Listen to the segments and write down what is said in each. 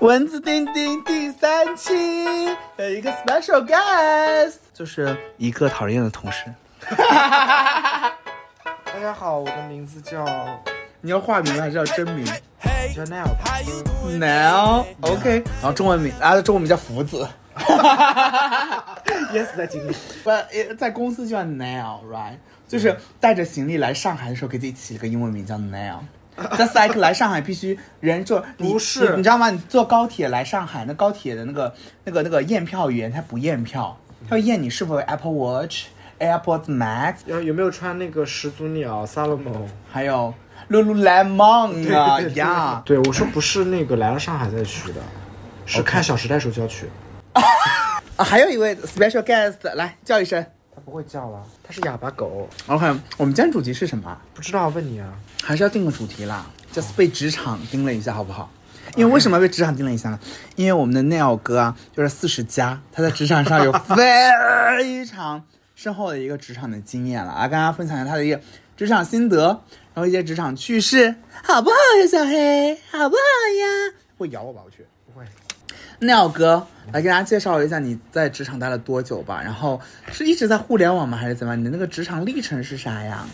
蚊子叮叮第三期有一个 special guest，就是一个讨人厌的同事。大家好，我的名字叫你要化名还是要真名 Janelle， ？Now OK，然后中文名啊，中文名叫福子。 yes 在经历。不，呃在公司就叫 Now right，就是带着行李来上海的时候，给自己起了个英文名叫 Now。在 Slack 来上海必须人坐，你不是你你知道吗？你坐高铁来上海，那高铁的那个那个那个验票员他不验票，他会验你是否有 Apple Watch、AirPods Max，然后有没有穿那个始祖鸟 Salomon？还有 Lululemon 啊呀。对，我说不是那个来了上海再去的，是看《小时代》时候就要去。啊，还有一位 special guest，来叫一声。他不会叫了，他是哑巴狗。 OK，我们今天主题是什么啊？不知道问你啊，还是要定个主题啦，just 被职场盯了一下，好不好？因为为什么被职场盯了一下呢？因为我们的 n e l 哥啊，就是四十加，他在职场上 有非常深厚的一个职场的经验了啊，跟大家分享一下他的一个职场心得，然后一些职场趣事，好不好呀，小黑？好不好呀？会咬我吧，我去。不会。 Neil 哥，来给大家介绍一下你在职场待了多久吧？然后是一直在互联网吗？还是怎么样？你的那个职场历程是啥呀？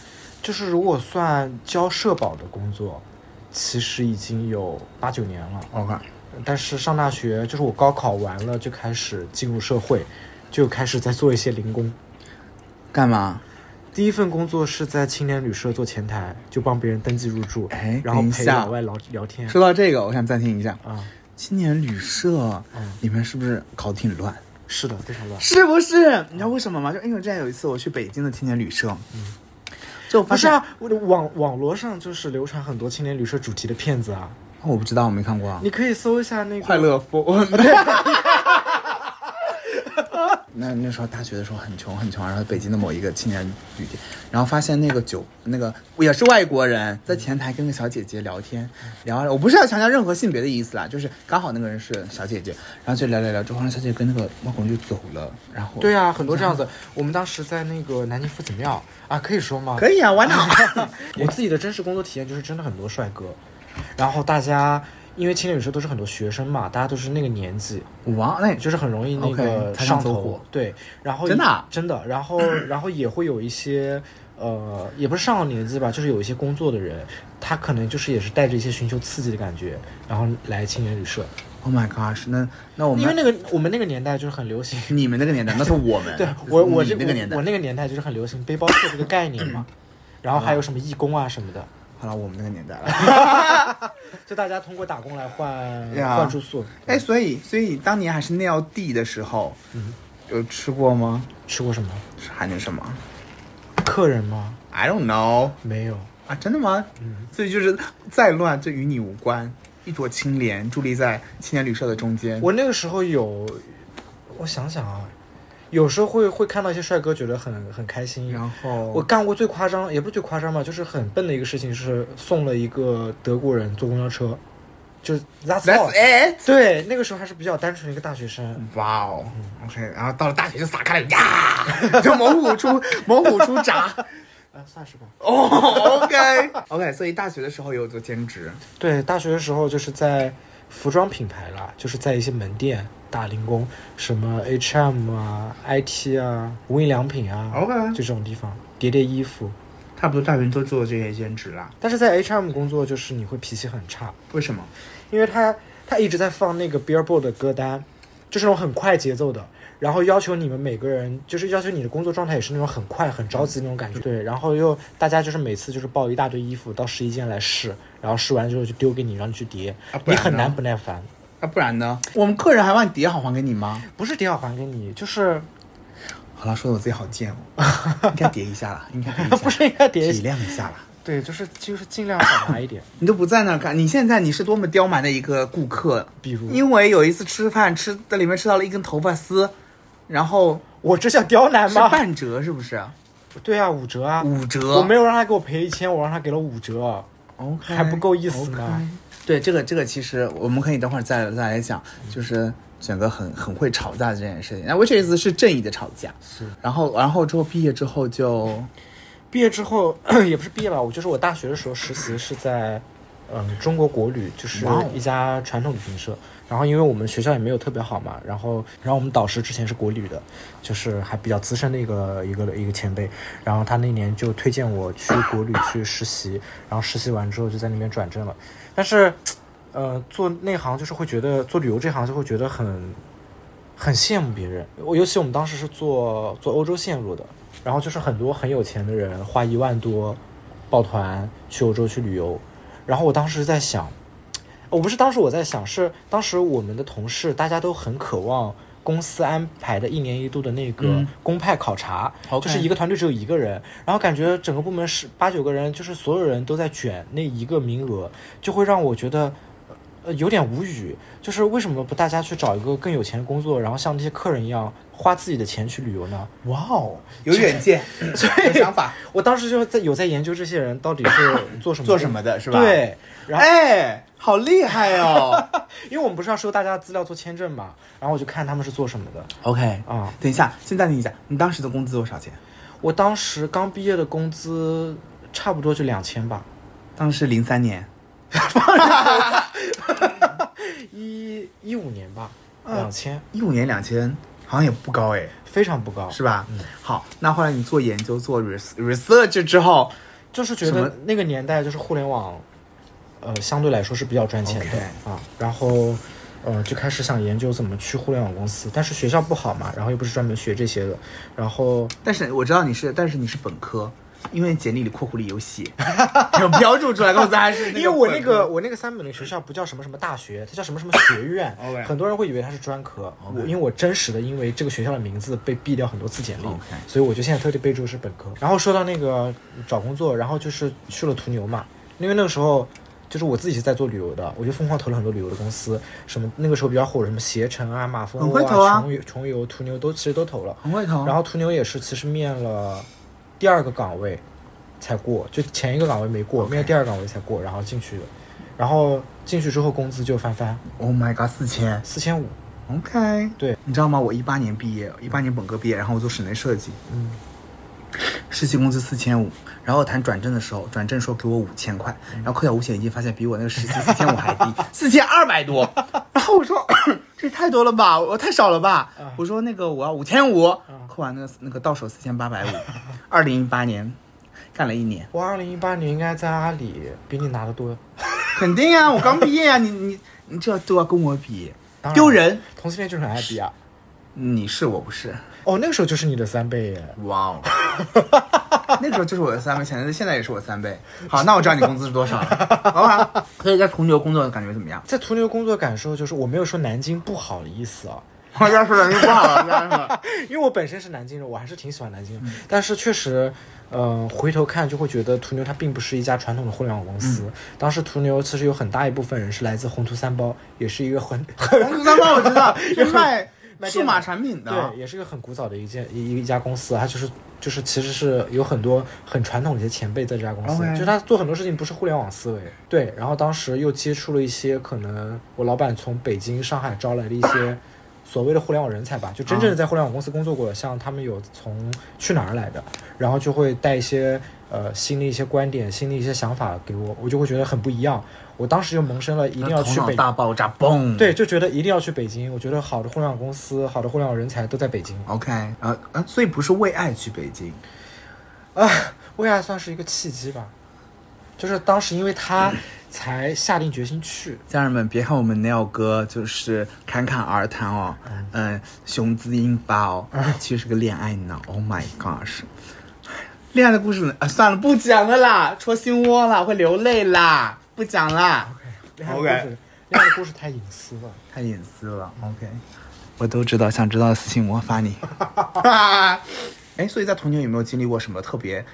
就是如果算交社保的工作，其实已经有八九年了。 OK，但是上大学，就是我高考完了就开始进入社会，就开始在做一些零工。干嘛？第一份工作是在青年旅社做前台，就帮别人登记入住，哎然后等一陪下老外聊聊天说到这个，我想暂停一下。啊，青年旅社嗯里面是不是搞得挺乱？是的，非常乱。是不是？你知道为什么吗？就因为之前有一次我去北京的青年旅社，就我嗯不发是现啊，我的网网络上就是流传很多青年旅社主题的片子啊，我不知道，我没看过啊。你可以搜一下那个快。乐风。 那那时候大学的时候很穷很穷，然后北京的某一个青年旅店，然后发现那个酒那个也是外国人在前台跟个小姐姐聊天，聊我不是要强调任何性别的意思啦，就是刚好那个人是小姐姐，然后就聊聊聊之后，那小姐姐跟那个外国人就走了，然后对啊，啊，很多这样子。我们当时在那个南京夫子庙啊，可以说吗？可以啊，完了， 我自己的真实工作体验就是真的很多帅哥，然后大家因为青年旅社都是很多学生嘛，大家都是那个年纪， 哇，那也就是很容易那 OK，个擦上枪走头。火对，然后真的啊真的，然 后然后也会有一些。呃，也不是上了年纪吧，就是有一些工作的人，他可能就是也是带着一些寻求刺激的感觉，然后来青年旅社。 Oh my gosh，那那我们因为那个我们那个年代就是很 流行，你们那个年代，那是我们对我我你这那个年代嗯我，那个年代就是很流行背包客这个概念嘛，然后还有什么义工啊什么的，好了，我们那个年代了。就大家通过打工来换呀换住宿。哎，所以所以当年还是尿地的时候，有吃过吗？吃过什么？是含着什么客人吗？ ？I don't know 没有。啊，真的吗？所以就是再乱，这与你无关。一朵青莲伫立在青年旅社的中间。我那个时候有，我想想啊，有时候会会看到一些帅哥，觉得很很开心。然后我干过最夸张，也不是最夸张吧，就是很笨的一个事情，是送了一个德国人坐公交车，就是 that's all That's。it。对，那个时候还是比较单纯的一个大学生。哇哦，OK，然后到了大学就撒开了呀， 就猛虎出猛虎出闸。啊，算是吧。哦，OK，OK，、所以大学的时候也有做兼职。对，大学的时候就是在服装品牌啦，就是在一些门店打零工，什么 H&M 啊、IT 啊、无印良品啊 OK 就这种地方叠叠衣服。差不多大学都做这些兼职啦。但是在 H&M 工作就是你会脾气很差，为什么？因为他他一直在放那个 Billboard 的歌单，就是那种很快节奏的，然后要求你们每个人，就是要求你的工作状态也是那种很快、很着急那种感觉。对，然后又大家就是每次就是抱一大堆衣服到试衣间来试，然后试完之后就丢给你，让你去叠啊，不你然呢很难不耐烦。啊，不然呢？我们客人还把你叠好还给你吗？不是叠好还给你，就是好了，说的我自己好贱哦， 应该叠一下 了，应该叠一下，不是应该叠一体 下谅一下啦。对，就是就是尽量表达一 点。你都不在那儿看，你现在你是多么刁蛮的一个顾客。比如因为有一次吃饭吃在里面吃到了一根头发丝，然后我这叫刁难是吗？半折是不是？对啊，五折啊，五折，我没有让他给我赔一千，我让他给了五折。 OK，还不够意思吗哎 OK 嗯对，这个这个其实我们可以等会儿再再来讲，嗯就是整个很很会吵架的这件事情。那 which is 是正义的吵架，是然后然后之后毕业之后就 毕业之后也不是毕业吧，我就是我大学的时候实习是在嗯，中国国旅就是哇哦一家传统旅行社。然后因为我们学校也没有特别好嘛，然后然后我们导师之前是国旅的，就是还比较资深的一个一个一个前辈。然后他那年就推荐我去国旅去实习，然后实习完之后就在那边转正了。但是，呃，做内行就是会觉得做旅游这行就会觉得很很羡慕别人。我尤其我们当时是做做欧洲线路的，然后就是很多很有钱的人花一万多抱团去欧洲去旅游，然后我当时在想，我不是当时我在想，是当时我们的同事大家都很渴望。公司安排的一年一度的那个嗯公派考察， OK 就是一个团队只有一个人，然后感觉整个部门十八九个人，就是所有人都在卷那一个名额，就会让我觉得呃，有点无语，就是为什么不大家去找一个更有钱的工作，然后像那些客人一样花自己的钱去旅游呢？哇哦，有远见，有想法，我当时就在有在研究这些人到底是 做什么做什么的是吧？，对，然后哎，好厉害哦因为我们不是要收大家资料做签证嘛，然后我就看他们是做什么的 ！OK，啊、等一下，先暂停一下，你当时的工资多少钱？我当时刚毕业的工资差不多就两千吧，当时零三年，一一五年吧，嗯两千、一五年两千，好像也不高哎，非常不高，是吧？好，那后来你做研究做 res- research 之后就是觉什么得那个年代就是互联网，呃，相对来说是比较赚钱的 OK 啊。然后，呃，就开始想研究怎么去互联网公司，但是学校不好嘛，然后又不是专门学这些的，然后但是我知道你是，但是你是本科，因为简历里括弧里有写，有标注出来，告诉大家是那因为我本那个我那个三本的学校不叫什么什么大学，它叫什么什么学院 OK 很多人会以为它是专科。我因为我真实的因为这个学校的名字被毙掉很多次简历 OK 所以我就现在特地备注是本科。然后说到那个找工作，然后就是去了途牛嘛，因为那个时候。就是我自己是在做旅游的，我就疯狂投了很多旅游的公司，什么那个时候比较火的什么携程啊、马蜂很窝会投啊穷游、穷游、途牛都其实都投了。很会投，然后途牛也是，其实面了第二个岗位才过，就前一个岗位没过面了第二个岗位才过，然后进去的，然后进去之后工资就翻番， Oh my god，四千四千五， ，OK，对，你知道吗？我一八年毕业，一八年本科毕业，然后我做室内设计，嗯，实习工资四千五，然后我谈转正的时候，转正说给我五千块，嗯然后扣掉五险一金，发现比我那个实习四千五还低， 四千二百 多。然后我说 这太多了吧，我太少了吧？嗯我说那个我要五千五，扣完那个那个到手四千八百五。二零一八年干了一年，我二零一八年应该在阿里比你拿的多，肯定啊，我刚毕业啊，你你你这都要跟我比当，然丢人。同性恋就是很爱比啊，你是我不是，哦，那个时候就是你的三倍耶，哇哦， 那时候就是我的三倍，现在现在也是我三倍。好，那我知道你工资是多少了，好不 好？所以在途牛工作感觉怎么样？在途牛工作感受就是我没有说南京不好的意思啊，我要说两句不好了，家 说。因为我本身是南京人，我还是挺喜欢南京人，但是确实，呃，回头看就会觉得途牛它并不是一家传统的互联网公司。当时途牛其实有很大一部分人是来自宏图三包，也是一个很 很红三包我知道，是卖卖数电脑码产品的对，。也是一个很古早的一件一一家公司，啊它就是就是其实是有很多很传统的一些前辈在这家公司 OK 就是他做很多事情不是互联网思维，对。然后当时又接触了一些可能我老板从北京、上海招来的一些所谓的互联网人才吧，就真啊正的在互联网公司工作过的，像他们有从去哪儿来的，然后就会带一些呃新的一些观点、新的一些想法给我，我就会觉得很不一样。我当时就萌生了一定要去头脑北大爆炸，嘣！对，就觉得一定要去北京。我觉得好的互联网公司、好的互联网人才都在北京，OK，呃，呃所以不是为爱去北京，啊，为爱算是一个契机吧。就是当时因为他才下定决心去，家人们别看我们 Neil 哥就是侃侃而谈哦，嗯，雄姿英发哦，其实是个恋爱脑。Oh my gosh，恋爱的故事呢啊，算了，不讲了啦，戳心窝啦，会流泪啦，不讲啦，恋爱的故事，恋爱的故事太隐私了。太隐私了。OK，我都知道，想知道的私信我发你。哎，所以在童年有没有经历过什么特别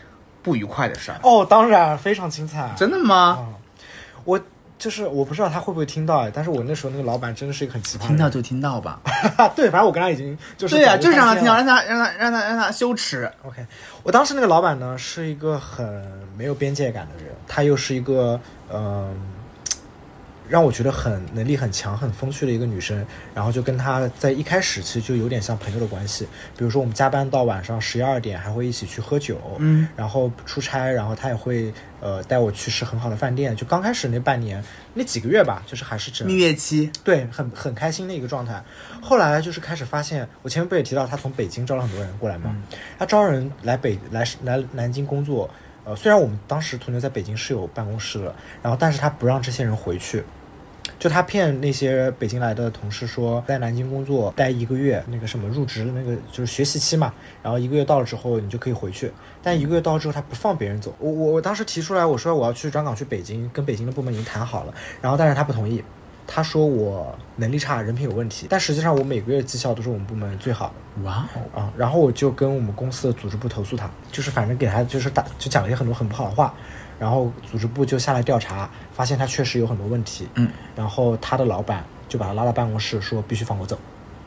不愉快的事儿？哦，当然非常精彩。真的吗？我就是我不知道他会不会听到哎，但是我那时候那个老板真的是一个很奇葩的听人。 到就听到吧。对，反正我跟他已经哦就是对呀、啊早就是让他听翻篇到，了让他让他让他让他羞耻。 OK，我当时那个老板呢是一个很没有边界感的人，他又是一个嗯、让我觉得很能力很强、很风趣的一个女生。然后就跟她在一开始其实就有点像朋友的关系，比如说我们加班到晚上十一二点，还会一起去喝酒，嗯，然后出差，然后她也会呃带我去吃很好的饭店。就刚开始那半年那几个月吧，就是还是整蜜月期，对，很很开心的一个状态。后来就是开始发现，我前面不也提到他从北京招了很多人过来嘛，他招人来北来来南京工作，呃，虽然我们当时途牛在北京是有办公室的，然后但是他不让这些人回去。就他骗那些北京来的同事说，在南京工作待一个月，那个什么入职那个就是学习期嘛，然后一个月到了之后你就可以回去，但一个月到了之后他不放别人走。我我我当时提出来，我说我要去转岗去北京，跟北京的部门已经谈好了，然后但是他不同意，他说我能力差，人品有问题，但实际上我每个月绩效都是我们部门最好的。哇哦，啊，然后我就跟我们公司的组织部投诉他，就是反正给他就是打就讲了一些很多很不好的话，然后组织部就下来调查，发现他确实有很多问题，嗯，然后他的老板就把他拉到办公室说必须放我走，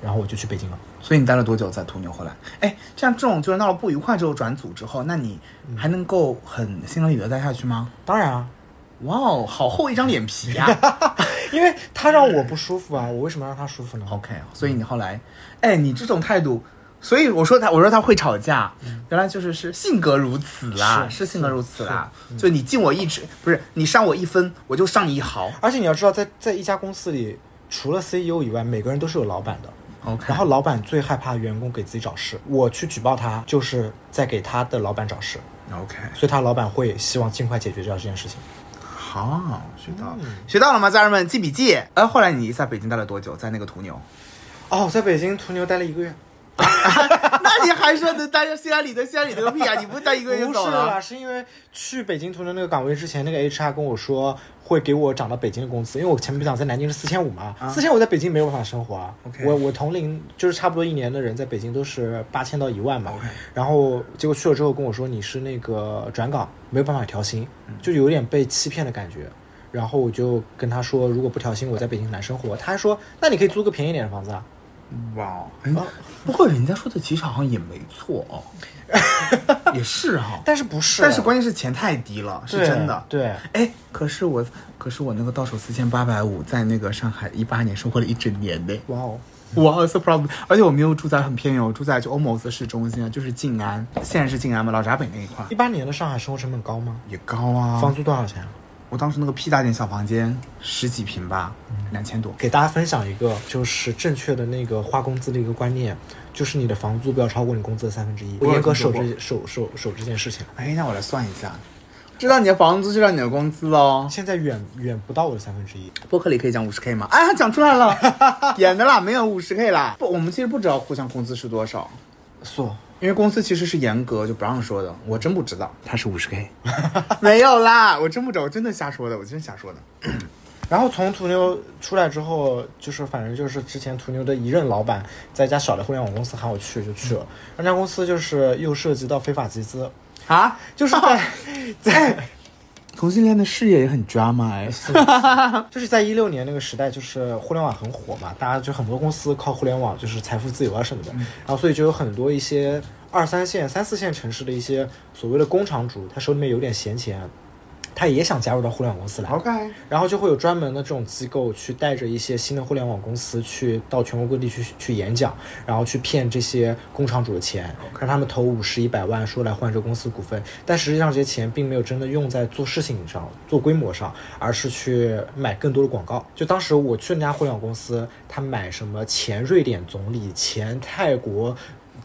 然后我就去北京了。所以你待了多久在途牛回来？哎，像这种就是闹了不愉快之后转组之后，那你还能够很心安理得待下去吗？当然啊，哇哦，好厚一张脸皮啊呀、因为他让我不舒服啊，我为什么让他舒服呢？ OK，所以你后来，哎，你这种态度，所以我说他，我说他会吵架，原来就是是性格如此啦，是是嗯性格如此啦，是就你敬我一尺，不是你伤我一分，我就上你一毫。而且你要知道，在在一家公司里，除了 CEO 以外，每个人都是有老板的。 OK，然后老板最害怕员工给自己找事，我去举报他，就是在给他的老板找事， OK，所以他老板会希望尽快解决掉这件事情。好，学到了，学到了吗，家人们？记笔记。哎，后来你在北京待了多久？在那个途牛？哦，在北京途牛待了一个月， 那你还说能待着心安理得，心安理得个屁啊！你不待一不个月就是走了啦，？是因为去北京途牛那个岗位之前，那个 HR 跟我说会给我涨到北京的工资，因为我前面不讲在南京是四千五嘛，四千五在北京没有办法生活啊。啊 OK 我我同龄就是差不多一年的人在北京都是八千到一万嘛 OK 然后结果去了之后跟我说你是那个转岗，没有办法调薪，嗯就有点被欺骗的感觉。然后我就跟他说，如果不调薪，我在北京很难生活。他还说，那你可以租个便宜点的房子啊。哇，哎不过人家说的其实好像也没错哦， 也是哈、但是不是？但是关键是钱太低了，是对真的。对。哎，可是我，可是我那个到手四千八百五，在那个上海一八年生活了一整年呢。哇哦，我 also problem，而且我没有住在很偏远，我住在就 almost 市中心啊，就是静安，现在是静安嘛，老闸北那一块儿一八年的上海生活成本高吗？也高啊。房租多少钱啊？我当时那个屁大点小房间，十几平吧，两千多。给大家分享一个就是正确的那个花工资的一个观念，就是你的房租不要超过你工资的三分之一，我有严格听说守过这守守守这件事情。哎，那我来算一下，知道你的房租，知道你的工资哦喽。现在远远不到我的三分之一，播客里可以讲五十 K 吗？哎，讲出来 了，演的啦，没有五十 K 啦。不，我们其实不知道互相工资是多少。所因为公司其实是严格就不让说的，我真不知道他是五十 K，没 有啦，我真不知道，我真的瞎说的，我真瞎说的。然后从途牛出来之后，就是反正就是之前途牛的一任老板在一家小的互联网公司喊我去就去了，那家公司就是又涉及到非法集资，啊，就是在在同性恋的事业也很 drama 哎，就是在一六年那个时代，就是互联网很火嘛，大家就很多公司靠互联网就是财富自由啊什么的，然后所以就有很多一些二三线、三四线城市的一些所谓的工厂主，他手里面有点闲钱，他也想加入到互联网公司来， OK，然后就会有专门的这种机构去带着一些新的互联网公司去到全国各地去去演讲，然后去骗这些工厂主的钱，让他们投五十一百万，说来换这个公司股份。但实际上这些钱并没有真的用在做事情上、做规模上，而是去买更多的广告。就当时我去那家互联网公司，他买什么前瑞典总理、前泰国。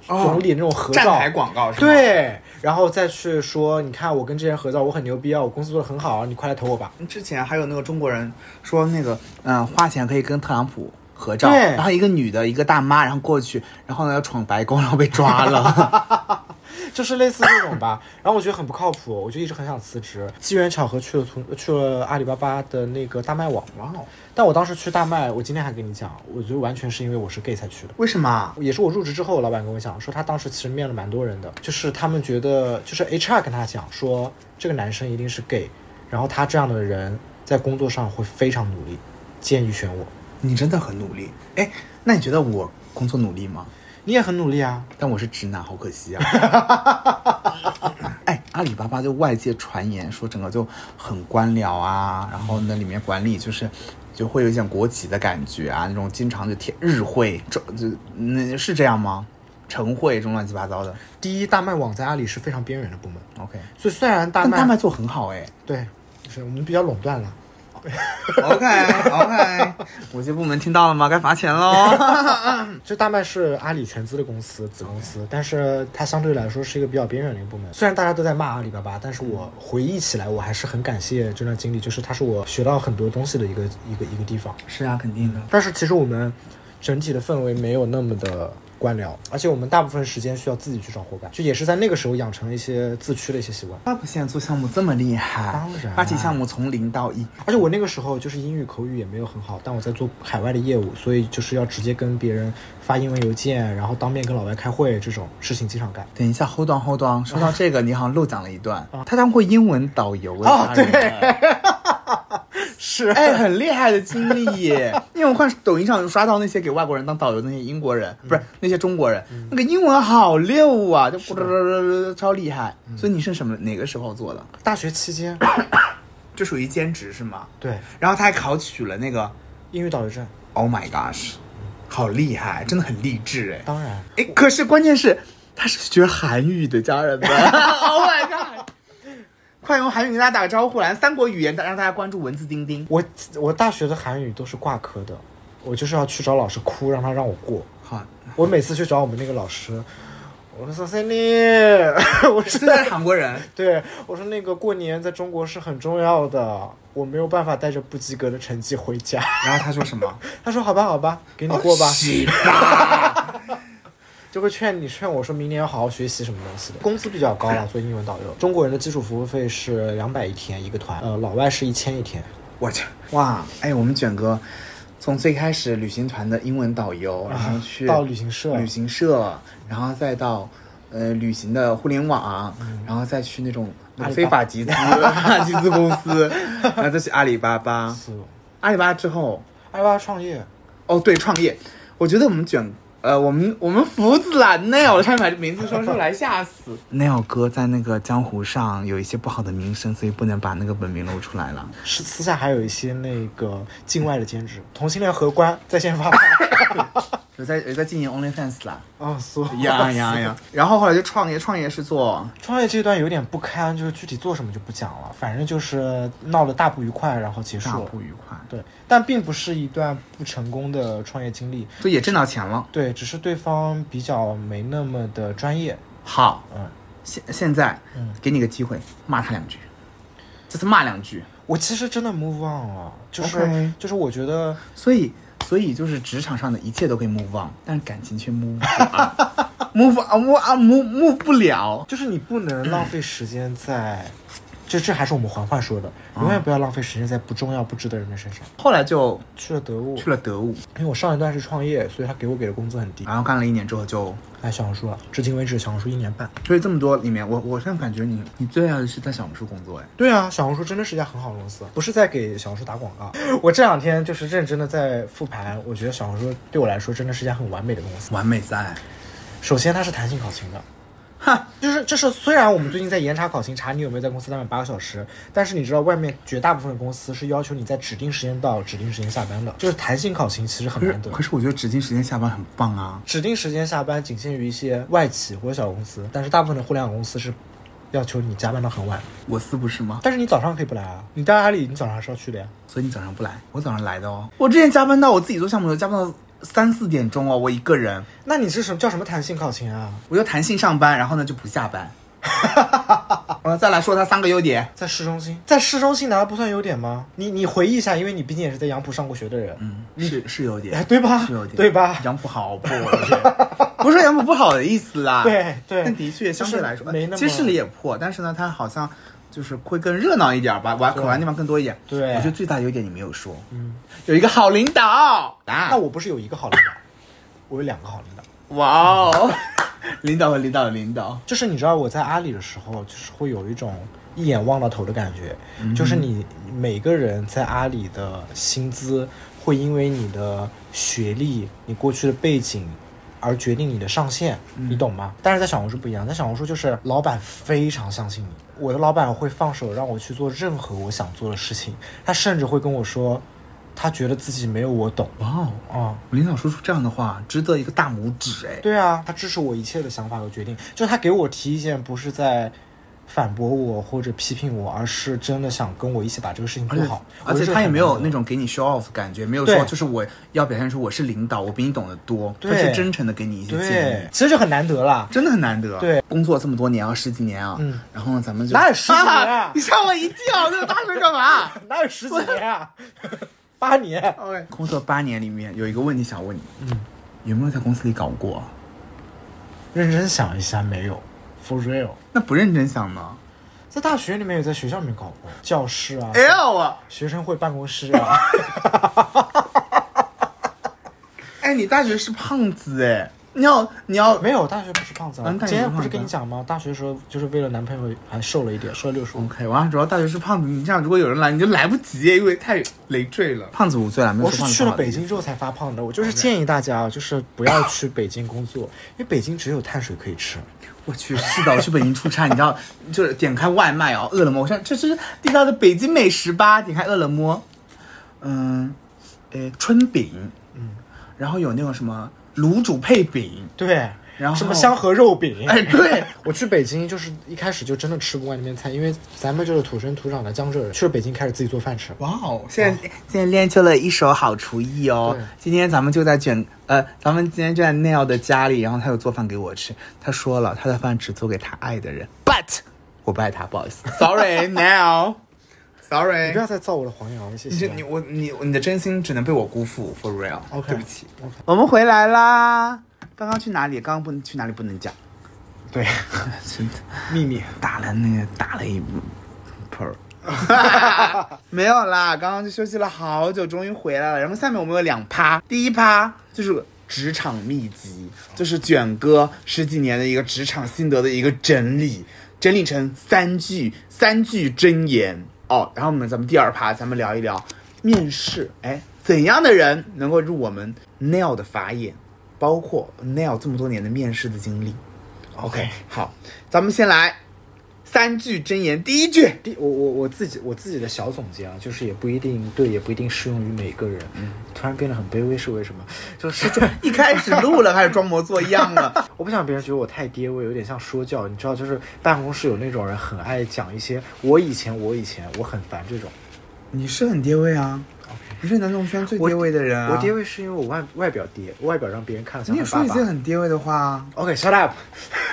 哦总理那种合 站照，台广告是吗？，对，然后再去说，你看我跟这些人合照，我很牛逼啊，我公司做的很好啊，你快来投我吧。之前还有那个中国人说那个嗯、花钱可以跟特朗普合照，对然后一个女的一个大妈，然后过去，然后呢要闯白宫，然后被抓了。就是类似这种吧。然后我觉得很不靠谱，我就一直很想辞职。机缘巧合去了图，去了阿里巴巴的那个大麦网。哇哦，但我当时去大麦，我今天还跟你讲，我觉得完全是因为我是 gay 才去的。 为什么？也是我入职之后，老板跟我讲说，他当时其实面了蛮多人的，就是他们觉得，就是 HR 跟他讲说，这个男生一定是 gay，然后他这样的人在工作上会非常努力，建议选我。你真的很努力。哎，那你觉得我工作努力吗？你也很努力啊，但我是直男，好可惜 啊！哎，阿里巴巴就外界传言说整个就很官僚啊，然后那里面管理就是就会有一点国籍的感觉啊，那种经常就天日会，这就那是这样吗？晨会这种乱七八糟的。第一，大麦网在阿里是非常边缘的部门， OK，所以虽然大但麦大麦做很好哎、对，就是我们比较垄断了。 OK OK，某些部门听到了吗？该罚钱喽。就大麦是阿里全资的公司，子公司，但是它相对来说是一个比较边缘的一个部门。虽然大家都在骂阿里巴巴，但是我回忆起来，我还是很感谢这段经历，就是它是我学到很多东西的一个一个一个地方。 是啊，肯定的。但是其实我们整体的氛围没有那么的官僚，而且我们大部分时间需要自己去找伙伴，就也是在那个时候养成了一些自驱的一些习惯。巴普现在做项目这么厉害，当然发起项目从零到一，而且我那个时候就是英语口语也没有很好，但我在做海外的业务，所以就是要直接跟别人发英文邮件，然后当面跟老外开会这种事情经常干。等一下，hold on hold on，说到这个，你好像漏讲了一 段，他当过英文导游啊，对， 是哎，很厉害的经历 耶。因为我看抖音上有刷到那些给外国人当导游的那些英国人，不是那些中国人，那个英文好溜啊，就咕噜噜噜噜超厉害。所以你是什么哪个时候做的？大学期间，这属于兼职是吗？对然后他还考取了那个英语导游证， ，Oh my gosh，好厉害，真的很励志哎。当然哎，可是关键是他是学韩语的家人们 ，Oh my god！快用韩语跟大家打个招呼来，三国语言让大家关注文字钉钉。我我大学的韩语都是挂科的，我就是要去找老师哭，让他让我过。好，我每次去找我们那个老师，我说 s a n 我是是在韩国人，对我说那个过年在中国是很重要的，我没有办法带着不及格的成绩回家。 然后他说什 么？他说好吧，好吧，给你过吧，洗吧。就会劝你劝我说明年要好好学习什么东西的。工资比较高啦，做英文导游，中国人的基础服务费是两百一天一个团，呃，老外是一千一天。 我去，哇，哎，我们卷哥从最开始旅行团的英文导游，然后去到旅行社啊旅行社，然后再到呃旅行的互联网，然后再去那种那个非法集资 集资公 司，然后再去阿里巴巴。是，阿里巴巴之后，阿里巴巴创业，哦，对，创业，我觉得我们卷，呃，我们我们福子啊，Nail，我差 点把这名字说出来，吓死。Nail 哥在那个江湖上有一些不好的名声，所以不能把那个本名露出来了。是私下还有一些那个境外的兼职， 同性恋荷官在线发牌。 有在有在经营 OnlyFans 啦，啊、所以 呀呀呀！ 然后后来就创业，创业是做，创业这段有点不堪，就是具体做什么就不讲了，反正就是闹得大不愉快，然后结束大了。不愉快，对，但并不是一段不成功的创业经历，就也挣到钱了。对，只是对方比较没那么的专业，好，嗯。现现在嗯给你个机会，骂他两句，这次骂两句。我其实真的 move on 了，就是 OK 就是我觉得所以，所以就是职场上的一切都可以 move on，但是感情却 move on，move on，move on，move 不了。就是你不能浪费时间在， 这这还是我们环环说的，永远不要浪费时间在不重要不值得人的身上。后来就去了德物，去了德物，因为我上一段是创业，所以他给我给的工资很低。然后干了一年之后就，来小红书了，至今为止小红书一年半。所以这么多里面，我我现在感觉你你最爱的是在小红书工作哎。对啊，小红书真的是一家很好的公司，不是在给小红书打广告。我这两天就是认真的在复盘，我觉得小红书对我来说真的是一家很完美的公司。完美在，首先，它是弹性考勤的，哈，就是就是，虽然我们最近在严查考勤，查你有没有在公司待满八个小时，但是你知道外面绝大部分的公司是要求你在指定时间到指定时间下班的，就是弹性考勤其实很可是难得。可是我觉得指定时间下班很棒啊。指定时间下班仅限于一些外企或者小公司，但是大部分的互联网公司是要求你加班到很晚。我司不是吗？但是你早上可以不来啊，你到阿里你早上还是要去的呀。所以你早上不来，我早上来的嗯哦。我之前加班到我自己做项目的时候，加班到三四点钟哦，我一个人，那你是什么叫什么弹性考勤啊？我就弹性上班，然后呢就不下班。 我再来说它三个优点，在市中心，在市中心难道不算优点吗？你你回忆一下，因为你毕竟也是在杨浦上过学的人，嗯，是是优点哎，，对吧是有点，？对吧？杨浦好不，我的天不是杨浦不好的意思啦。 对对但的确相对来说，就是没那么其实市里也破，但是呢，它好像就是会更热闹一点吧，玩可玩地方更多一点。对我觉得最大的优点你没有说，嗯，有一个好领导啊那，我不是有一个好领导，我有两个好领导。哇哦， 领导和领导的领导，就是你知道我在阿里的时候，就是会有一种一眼望到头的感觉，就是你每个人在阿里的薪资会因为你的学历、你过去的背景而决定你的上限，你懂吗？但是在小红书不一样，在小红书就是老板非常相信你，我的老板会放手让我去做任何我想做的事情，他甚至会跟我说。他觉得自己没有我懂哇哦，啊。领导说出这样的话，值得一个大拇指哎。对啊，他支持我一切的想法和决定，就是他给我提意见，不是在反驳我或者批评我，而是真的想跟我一起把这个事情而做且好。而我且觉得他也很没难有得那种给你 show off 的感觉，没有对说就是我要表现出我是领导，我比你懂得多，他对是真诚的给你一些建对议，，其实就很难得啦。真的很难得。对，工作这么多年啊，十几年啊，嗯，然后呢，咱们就哪有十几年啊 你吓我一跳，那个大声干 嘛哪有十几年啊？ 八年。 ？OK，工作八年里面有一个问题想问你，嗯，有没有在公司里搞过？啊认真想一下，没有，for real。那不认真想呢在大学里面也在学校里面搞过，教室啊， ？L 啊，学生会办公室啊。 哎，你大学是胖子哎，你要你要没有，大学不是胖子啊嗯。大学今天不是不是跟胖你子讲吗？大学的时候就是为了男朋友还瘦了一点，瘦了六十五。 OK，完了主要大学是胖子，你这样如果有人来，你就来不及，因为太累赘了。胖子无罪了，没有我说是胖子去不了好的北意思京之后才发胖的。我就是建议大家啊，就是不要去北京工作，因为北京只有碳水可以吃。我去，是的，我去北京出差，你知道， 就是点开外卖哦，饿了么，我说这是地道的北京美食吧，点开饿了么，嗯，呃，春饼，嗯，然后有那种什么卤煮配饼，对，然后什么香河肉饼，哎，对，我去北京就是一开始就真的吃不惯那边菜，因为咱们就是土生土长的江浙人，去了北京开始自己做饭吃。哇哦，现在现在练就了一手好厨艺哦对。今天咱们就在卷呃，咱们今天就在 Neil 的家里，然后他有做饭给我吃，他说了他的饭只做给他爱的人，but 我不爱他，不好意思，sorry Neil，sorry。你不要再造我的黄谣了，谢你谢就。你我你你的真心只能被我辜负，for real。 OK 对不起 OK 我们回来啦。刚刚去哪里？刚刚不能去哪里？不能讲。对， 真的秘 密。打了那个打了一盆儿。 没有啦，刚刚就休息了好久，终于回来了。然后下面我们有两趴，第一趴就是职场秘籍，就是卷哥十几年的一个职场心得的一个整理，整理成三句三句箴言哦。然后我们咱们第二趴，咱们聊一聊面试，哎，怎样的人能够入我们 Nail 的法眼，包括 Nail 这么多年的面试的经历。OK，好，咱们先来三句箴言。第一句，第我我我自己我自己的小总结啊，就是也不一定对，也不一定适用于每个人。突然变得很卑微是为什么？就是这一开始录了，开始装模作样了。我不想别人觉得我太爹味，有点像说教。你知道，就是办公室有那种人很爱讲一些“我以前，我以前”，我很烦这种。 你是很爹味啊，你是男同圈最爹味的人啊。我爹味是因为我外外表爹，外表让别人看了像你也他说爸你自己爸。很爹味的话啊。 OK，shut、up。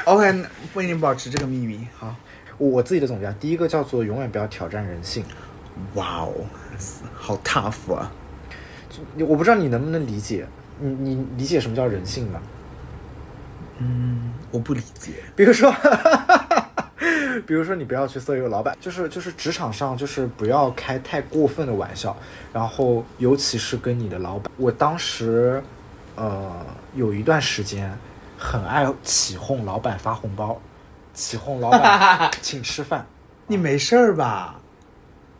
OK，那不一定保持这个秘密。好，我我自己的总结，啊，第一个叫做永远不要挑战人性。哇哦，好 tough 啊！你我不知道你能不能理解，你你理解什么叫人性吗？我不理解。比如说， 比如说你不要去色诱老板，就是就是职场上就是不要开太过分的玩笑，然后尤其是跟你的老板。我当时，呃，有一段时间很爱起哄老板发红包，起哄老板请吃饭， 你没事儿吧？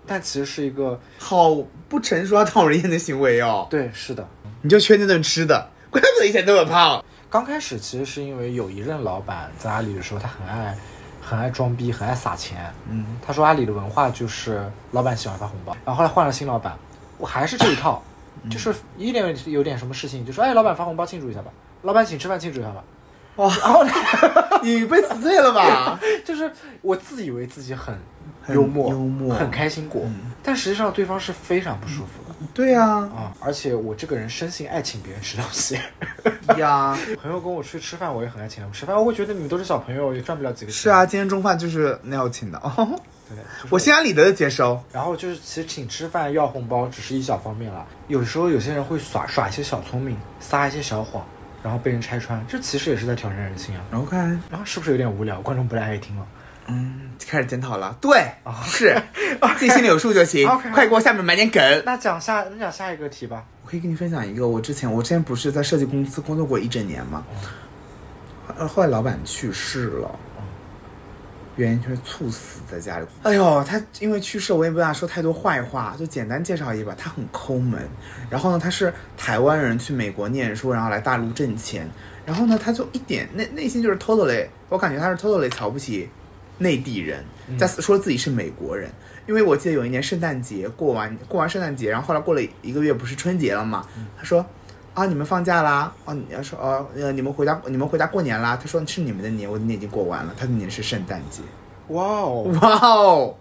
但其实是一个好不成熟、讨人厌的行为哦。对，是的，你就缺那顿吃的， 怪不得以前那么胖。刚开始其实是因为有一任老板在阿里的时候，他很爱很爱装逼，很爱撒钱。嗯，他说阿里的文化就是老板喜欢发红包，然后后来换了新老板，我还是这一套，嗯就是一点有点什么事情就说哎，老板发红包庆祝一下吧，老板请吃饭庆祝一下吧。哇，然后呢， 你被辞退了吧？就是我自以为自己很很幽默，幽默嗯很开心果，但实际上对方是非常不舒服 的对呀、啊、而且我这个人生性爱请别人吃东西。 呀。朋友跟我出去吃饭，我也很爱请他们吃饭。我会觉得你们都是小朋友，也赚不了几个钱。是啊，，今天中饭就是那要请的。 哦，对，就是我心安理得的接收。然后就是，其实请吃饭要红包只是一小方面啦。有时候有些人会耍耍一些小聪明，撒一些小谎，然后被人拆穿，这其实也是在挑战人性啊。 OK，然后是不是有点无聊？观众不太爱听了。嗯，开始检讨了。对， 是自己心里有数就行。 OK 快给我下面买点梗。那讲下，那讲下一个题吧。我可以跟你分享一个，我之前我之前不是在设计公司工作过一整年嘛，呃，后来老板去世了，原因就是猝死在家里。哎呦，他因为去世，我也不跟他说太多坏话，就简单介绍一把。他很抠门，然后呢，他是台湾人去美国念书，然后来大陆挣钱，然后呢，他就一点内内心就是 totally，我感觉他是 totally 瞧不起内地人，在说自己是美国人。因为我记得有一年圣诞节过完，过完圣诞节，然后后来过了一个月，不是春节了嘛？他说。啊，你们放假啦！哦，你要说哦，呃，你们回家，你们回家过年啦。他说是你们的年，我的年已经过完了，他的年是圣诞节。哇哦，哇哦！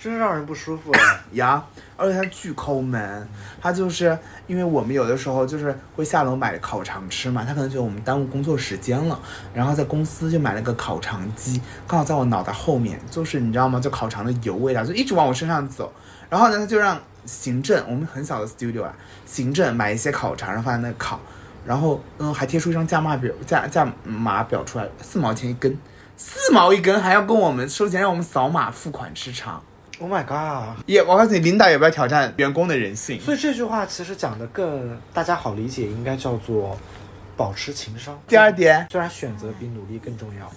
真让人不舒服。呀，而且他巨抠门，他就是因为我们有的时候就是会下楼买烤肠吃嘛，他可能觉得我们耽误工作时间了，然后在公司就买了个烤肠机，刚好在我脑袋后面，就是你知道吗？就烤肠的油味道就一直往我身上走，然后呢，他就让行政，我们很小的 studio 啊，行政买一些烤肠，然后放在那烤，然后嗯，还贴出一张价码表，价价码表出来，四毛钱一根，四毛一根，还要跟我们收钱，让我们扫码付款吃肠。 Oh my god！也，我告诉你，领导也不要挑战员工的人性。所以这句话其实讲的更大家好理解，应该叫做保持情商。第二点，虽然选择比努力更重要，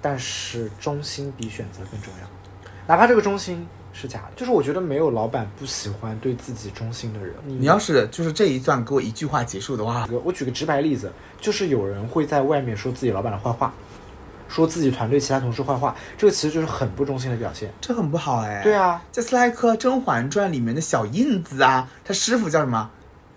但是忠心比选择更重要。哪怕这个忠心是假的，就是我觉得没有老板不喜欢对自己忠心的人。你要是就是这一段给我一句话结束的话，我举个直白例子，就是有人会在外面说自己老板的坏话，说自己团队其他同事坏话，这个其实就是很不忠心的表现。这很不好哎。对，啊，这斯莱克《甄嬛传》里面的小印子啊，他师傅叫什么？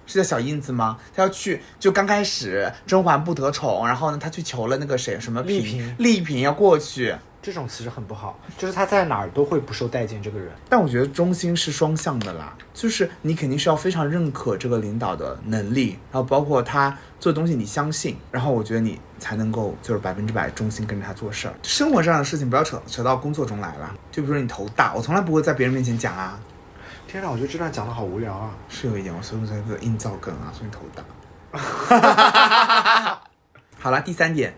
是叫小印子吗？他要去，就刚开始甄嬛不得宠，然后呢，他去求了那个谁什么丽嫔嫔，丽嫔要过去。这种其实很不好，就是他在哪儿都会不受待见。这个人，但我觉得忠心是双向的啦，就是你肯定是要非常认可这个领导的能力，然后包括他做的东西你相信，然后我觉得你才能够就是百分之百忠心跟着他做事儿。生活上的事情不要扯扯到工作中来了，就比如说你头大，我从来不会在别人面前讲啊，天哪，我觉得这段讲的好无聊啊！是有一点，我所以在这硬造梗啊，所以头大。 好了，第三点，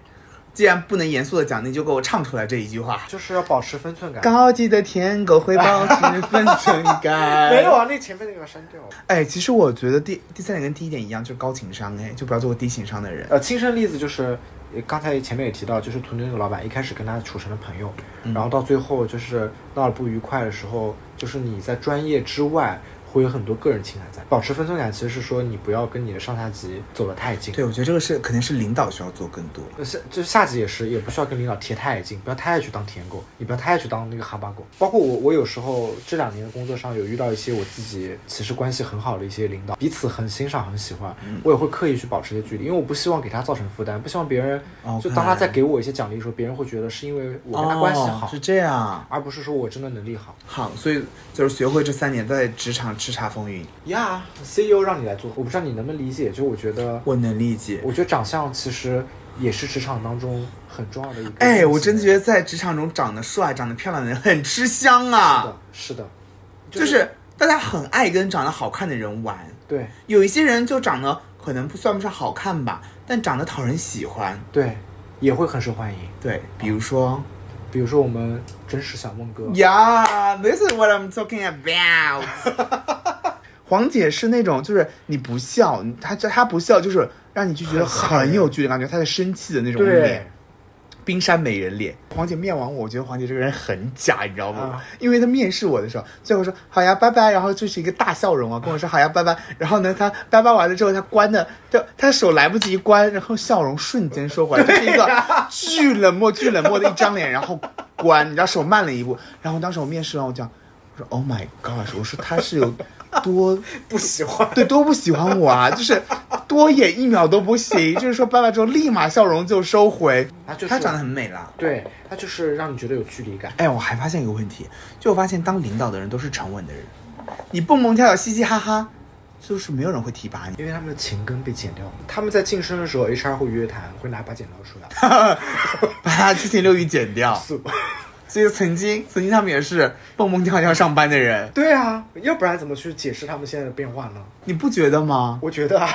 既然不能严肃的讲，你就给我唱出来这一句话。就是要保持分寸感。高级的舔狗会保持分寸 感。没有啊，那前面那个要删掉。哎，其实我觉得第第三点跟第一点一样，就是高情商，哎，就不要做低情商的人。呃，亲身例子就是，呃刚才前面也提到，就是图牛那个老板一开始跟他处成了朋友，然后到最后就是闹了不愉快的时候，就是你在专业之外会有很多个人情感在，保持分寸感其实是说你不要跟你的上下级走得太近。对，我觉得这个是肯定是领导需要做更多。呃下就是下级也是，也不需要跟领导贴太近，不要太爱去当舔狗，也不要太爱去当那个哈巴狗。包括我，我有时候这两年的工作上有遇到一些我自己其实关系很好的一些领导，彼此很欣赏、很喜欢，嗯我也会刻意去保持一些距离，因为我不希望给他造成负担，不希望别人哦 OK 就当他在给我一些奖励的时候，别人会觉得是因为我跟他关系好，哦是这样。而不是说我真的能力好。好，所以就是学会这三年在职场叱咤风云， Yeah，CEO E 让你来做，我不知道你能不能理解，就我觉得，我能理解。我觉得长相其实也是职场当中很重要的一个。哎，我真的觉得在职场中长得帅、长得漂亮的人很吃香啊，是的，就就是是大家很爱跟长得好看的人玩。对有一些人就长得可能不算不上好看吧，但长得讨人喜欢。对，也会很受欢迎。对，比如说比如说我们真实小梦哥， Yeah, this is what I'm talking about 。黄姐是那种，就是你不笑，她她不笑，就是让你就觉得很有距离感觉，她在生气的那种对脸，，冰山美人脸。黄姐面完我，我觉得黄姐这个人很假，你知道吗？啊因为她面试我的时候，最后说好呀，拜拜，然后就是一个大笑容啊，跟我说好呀，拜拜。然后呢，她拜拜完了之后，她关的，她她手来不及关，然后笑容瞬间收回来，就是一个巨冷漠、巨冷漠的一张脸，然后关，你知道手慢了一步。然后当时我面试完，我讲，我说 Oh my gosh，我说她是有多。不喜 欢。对，多不喜欢我啊，就是多演一秒都不行，就是说拜拜之后立马笑容就收回。她就是她长得很美啦。对他就是让你觉得有距离感，哎，我还发现一个问题，就我发现当领导的人都是沉稳的人，你蹦蹦跳跳、嘻嘻哈哈，就是没有人会提拔你。因为他们的情根被剪掉了。他们在晋升的时候，HR 会约谈，会拿把剪刀出来。把他七情六欲剪掉。所以曾经，曾经他们也是蹦蹦跳跳上班的人， 对啊，要不然怎么去解释他们现在的变化呢？你不觉得吗？我觉得啊，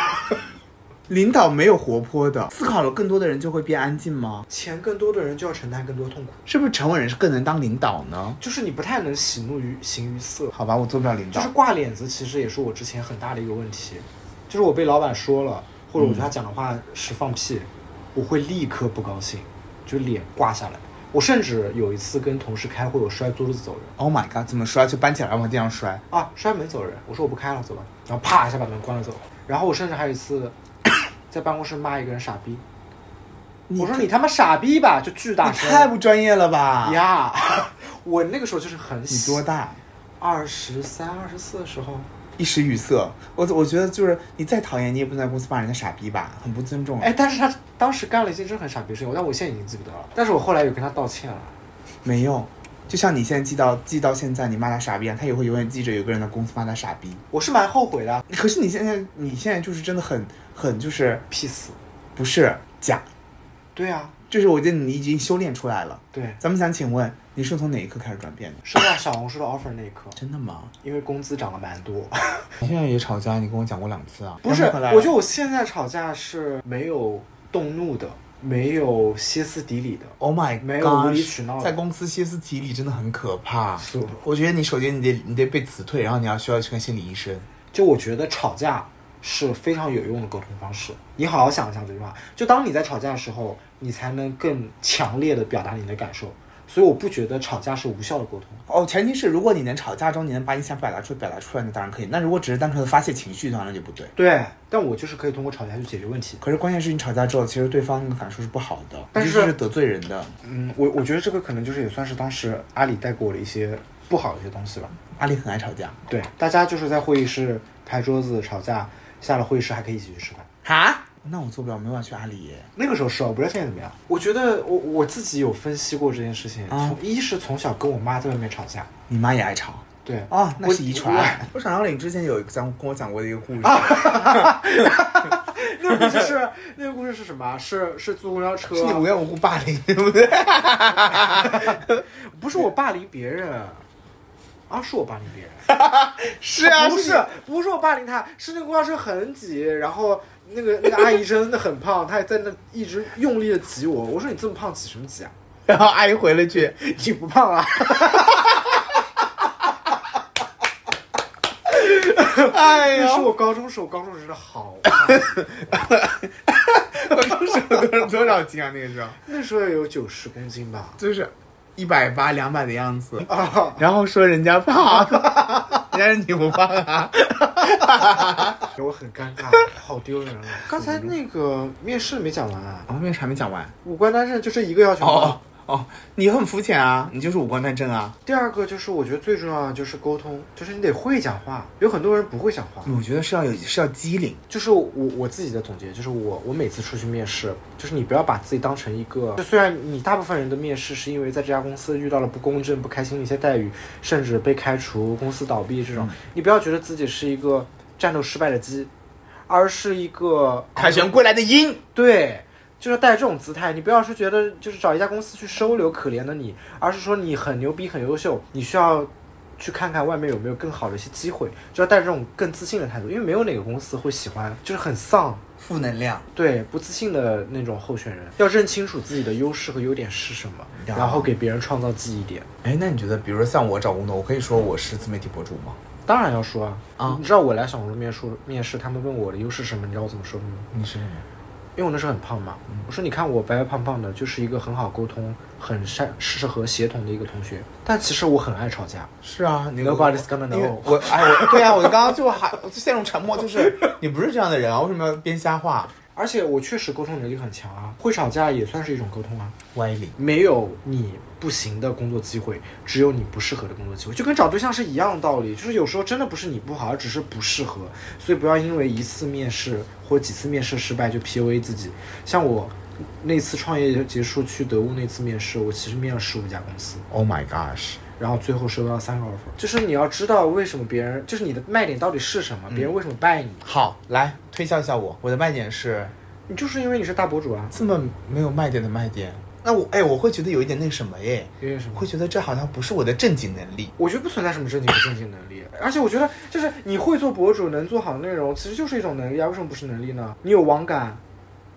领导没有活泼的，思考了更多的人就会变安静吗？钱更多的人就要承担更多痛苦，是不是沉稳人是更能当领导呢？就是你不太能喜怒于形于色。好吧，我做不了领就导是。挂脸子，其实也是我之前很大的一个问题，就是我被老板说了，或者嗯我觉得他讲的话是放屁，我会立刻不高兴，就脸挂下来。我甚至有一次跟同事开会，我摔桌子走人 Oh my god，怎么摔？就搬起来往地上摔。啊，摔门走人，我说我不开了，走吧，然后啪一下 把门关了走。然后我甚至还有一次在办公室骂一个人傻逼，你我说你他妈傻逼吧，就巨大你声太不专业了吧？呀！ 我那个时候就是很你多大？二十三、二十四的时候，一时语塞。我我觉得就是你再讨厌，你也不能在公司骂人家傻逼吧，很不尊重。啊哎，，但是他当时干了一件真的很傻逼的事情，但我现在已经记不得了。但是我后来有跟他道歉了。没用。就像你现在记到记到现在，你骂他傻逼啊，他也会永远记着有个人在公司骂他傻逼。我是蛮后悔的，可是你现在你现在就是真的很很就是屁死。不是假，对啊，就是我觉得你已经修炼出来了。对，咱们想请问你是从哪一刻开始转变的？收到小红书的 offer 那一刻，真的吗？因为工资涨了蛮多。 你现在也吵架，你跟我讲过两次啊。不是，然后后来我觉得我现在吵架是没有动怒的，没有歇斯底里的。 Oh my 没 god！有无理取闹的在公司歇斯底里真的很可怕是。我觉得你首先你得你得被辞退，然后你要需要去看心理医生。就我觉得吵架是非常有用的沟通方式。你好好想一想这句话，就当你在吵架的时候，你才能更强烈的表达你的感受。所以我不觉得吵架是无效的沟通。哦，前提是如果你能吵架中你能把你想表达出表达出来，那当然可以。那如果只是单纯的发泄情绪的话，那就不对。对，但我就是可以通过吵架去解决问题。可是关键是你吵架之后，其实对方的感受是不好的，但尤是其是得罪人的。嗯，我我觉得这个可能就是也算是当时阿里带给我的一些不好的一些东西吧。阿丽很爱吵架。对，大家就是在会议室拍桌子吵架，下了会议室还可以一起去吃饭。哈？那我做不了，没办法去阿里耶。那个时候是啊，我不知道现在怎么样。我觉得我我自己有分析过这件事情，啊从一是从小跟我妈在外面吵架，你妈也爱吵。对哦，那我是遗啊 传。啊我想到你之前有一个讲跟我讲过的一个故事， 那个故事是那个故事是什么啊？是是坐公交车，啊是你无缘无故霸凌，对不对？不是我霸凌别人，啊，是我霸凌别人。是啊，不是 是不是我霸凌他，是那个公交车很挤，然后那个 那个阿姨真的很胖，她还在那一直用力的挤我。我说你这么胖挤什么挤啊？然后阿姨回了句：“你不胖啊？哎 那呀是，我高中时候，高中时候真的好胖， 我 当时多多少斤啊？那个时候那时候有九十公斤吧。 就是一百八、两百的样子。啊，然后说人家胖， 人家是你不胖啊？我很尴尬，好丢人啊！刚才那个面试没讲完啊，我后面还没讲完。五官单证就这一个要求吗哦哦，你很肤浅啊，你就是五官端正啊。第二个就是我觉得最重要的就是沟通，就是你得会讲话，有很多人不会讲话。我觉得是要有是要机灵，就是我我自己的总结，就是我我每次出去面试，就是你不要把自己当成一个，就虽然你大部分人的面试是因为在这家公司遇到了不公正、不开心的一些待遇，甚至被开除、公司倒闭这种，你不要觉得自己是一个战斗失败的鸡，而是一个凯旋归来的鹰。对，就是带这种姿态，你不要是觉得就是找一家公司去收留可怜的你，而是说你很牛逼、很优秀，你需要去看看外面有没有更好的一些机会，就要带着这种更自信的态度，因为没有哪个公司会喜欢就是很丧。负能量，对不自信的那种候选人，要认清楚自己的优势和优点是什么，呀然后给别人创造记忆点。哎，那你觉得，比如说像我找工作，我可以说我是自媒体博主吗？当然要说啊，啊你知道我来小红书面试，面试他们问我的优势是什么，你知道我怎么说的吗？你是什么？因为我那时候很胖嘛，我说你看我白白胖胖的，就是一个很好沟通、很善适合协同的一个同学。但其实我很爱吵架，是啊，你 Nobody's gonna 因为 know 我哎，我对啊，我刚刚就还我就陷入沉默，就是你不是这样的人啊，为什么要编瞎话？而且我确实沟通能力很强啊，会吵架也算是一种沟通啊。歪理。没有你不行的工作机会，只有你不适合的工作机会，就跟找对象是一样的道理。就是有时候真的不是你不好，而只是不适合，所以不要因为一次面试或几次面试失败就 PUA 自己。像我那次创业结束去德物那次面试，我其实面了十五家公司， Oh my gosh！然后最后收到三个 offer。就是你要知道为什么别人，就是你的卖点到底是什么，别人为什么拜你，好，来推销一下我，我的卖点是你就是因为你是大博主啊，这么没有卖点的卖点。那我哎，我会觉得有一点那个什么耶，因为什么？会觉得这好像不是我的正经能力。我觉得不存在什么正经不正经能力，而且我觉得就是你会做博主，能做好内容，其实就是一种能力啊。为什么不是能力呢？你有网感，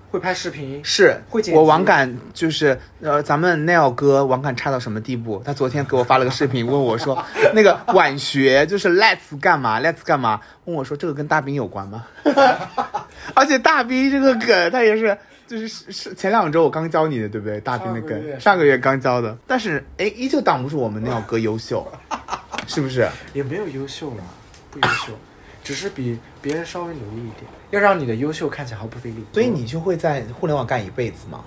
会拍视频，是会剪辑我网感就是呃，咱们 Neil 哥网感差到什么地步？他昨天给我发了个视频，问我说 那个晚学就是 Let's 干嘛，Let's 干嘛？问我说这个跟大兵有关吗？ 而且大兵这个梗，他也是就是是是前两周我刚教你的，对不对？大兵的上个月梗上个月刚教的，但是哎，依旧挡不住我们 Neil 哥优 秀，是不是？也没有优秀了，不优 秀，只是比别人稍微努力一点，要让你的优秀看起来毫不费力。所以你就会在互联网干一辈子吗？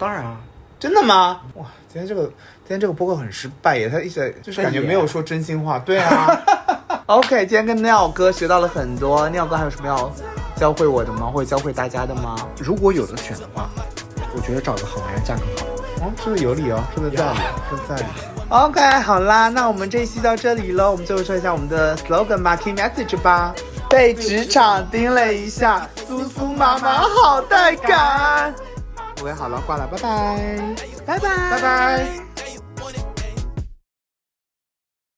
当然啊，真的吗？哇，今天这个今天这个播客很失败耶，他一直就是感觉没有说真心话。对 啊 OK，今天跟尿哥学到了很多，尿哥还有什么要教会我的吗？或者教会大家的吗？如果有的选的话，我觉得找个好玩的价更好。哦，说的有理哦，说的在理，说的在理。 OK，好啦，那我们这一期到这里了，我们最后说一下我们的 slogan 吧，key message 吧。被职场盯了一下，苏苏妈妈好带感。喂，好了，挂了，拜拜，拜拜，拜拜。